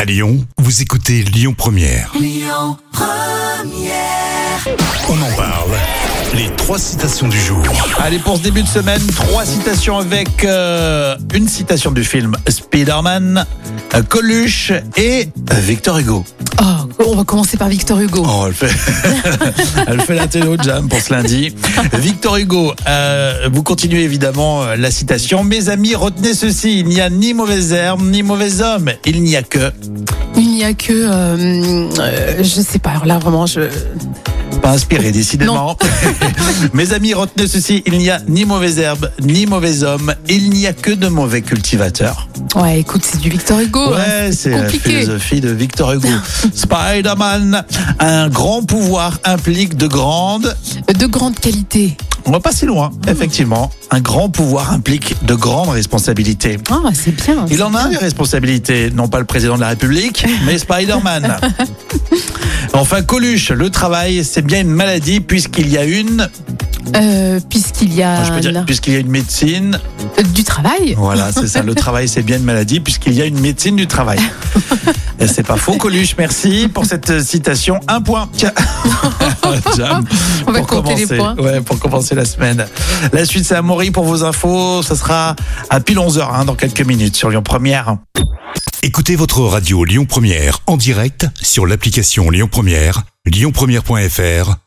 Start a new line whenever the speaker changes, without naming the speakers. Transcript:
À Lyon, vous écoutez Lyon Première. On en parle. Les trois citations du jour.
Allez, pour ce début de semaine, trois citations avec euh, une citation du film Spider-Man, euh, Coluche et Victor Hugo.
Oh, on va commencer par Victor Hugo.
Oh, elle fait, elle fait la télé au jam pour ce lundi. Victor Hugo, euh, vous continuez évidemment euh, la citation. Mes amis, retenez ceci, il n'y a ni mauvaise herbe, ni mauvais homme. Il n'y a que
Il n'y a que, euh, euh, je sais pas. Alors là, vraiment, je.
Pas inspiré, décidément. Mes amis, retenez ceci. Il n'y a ni mauvaise herbe, ni mauvais homme. Il n'y a que de mauvais cultivateurs.
Ouais, écoute, c'est du Victor Hugo. hein,
ouais, c'est la
compliqué.
philosophie de Victor Hugo. Spider-Man, un grand pouvoir implique de grandes.
De grande qualité.
On va pas si loin,
Hmm.
effectivement. Un grand pouvoir implique de grandes responsabilités.
Ah, c'est bien.
Il en a des responsabilités, non pas le président de la République, mais Spider-Man. Enfin, Coluche, le travail, c'est bien une maladie puisqu'il y a une,
Euh, Puisqu'il y a
je peux dire, Oh.
un-
puisqu'il y a une médecine,
euh, du travail.
Voilà, c'est ça. Le travail, c'est bien une maladie puisqu'il y a une médecine du travail. Et c'est pas faux, Coluche. Merci pour cette citation. Un point. Tiens. Jam.
On va
Pour
compter les
commencer.
points.
Ouais, pour commencer la semaine. La suite, c'est Amaury pour vos infos. Ça sera à pile 11h hein, dans quelques minutes sur Lyon Première.
Écoutez votre radio Lyon Première en direct sur l'application Lyon Première, lyonpremière.fr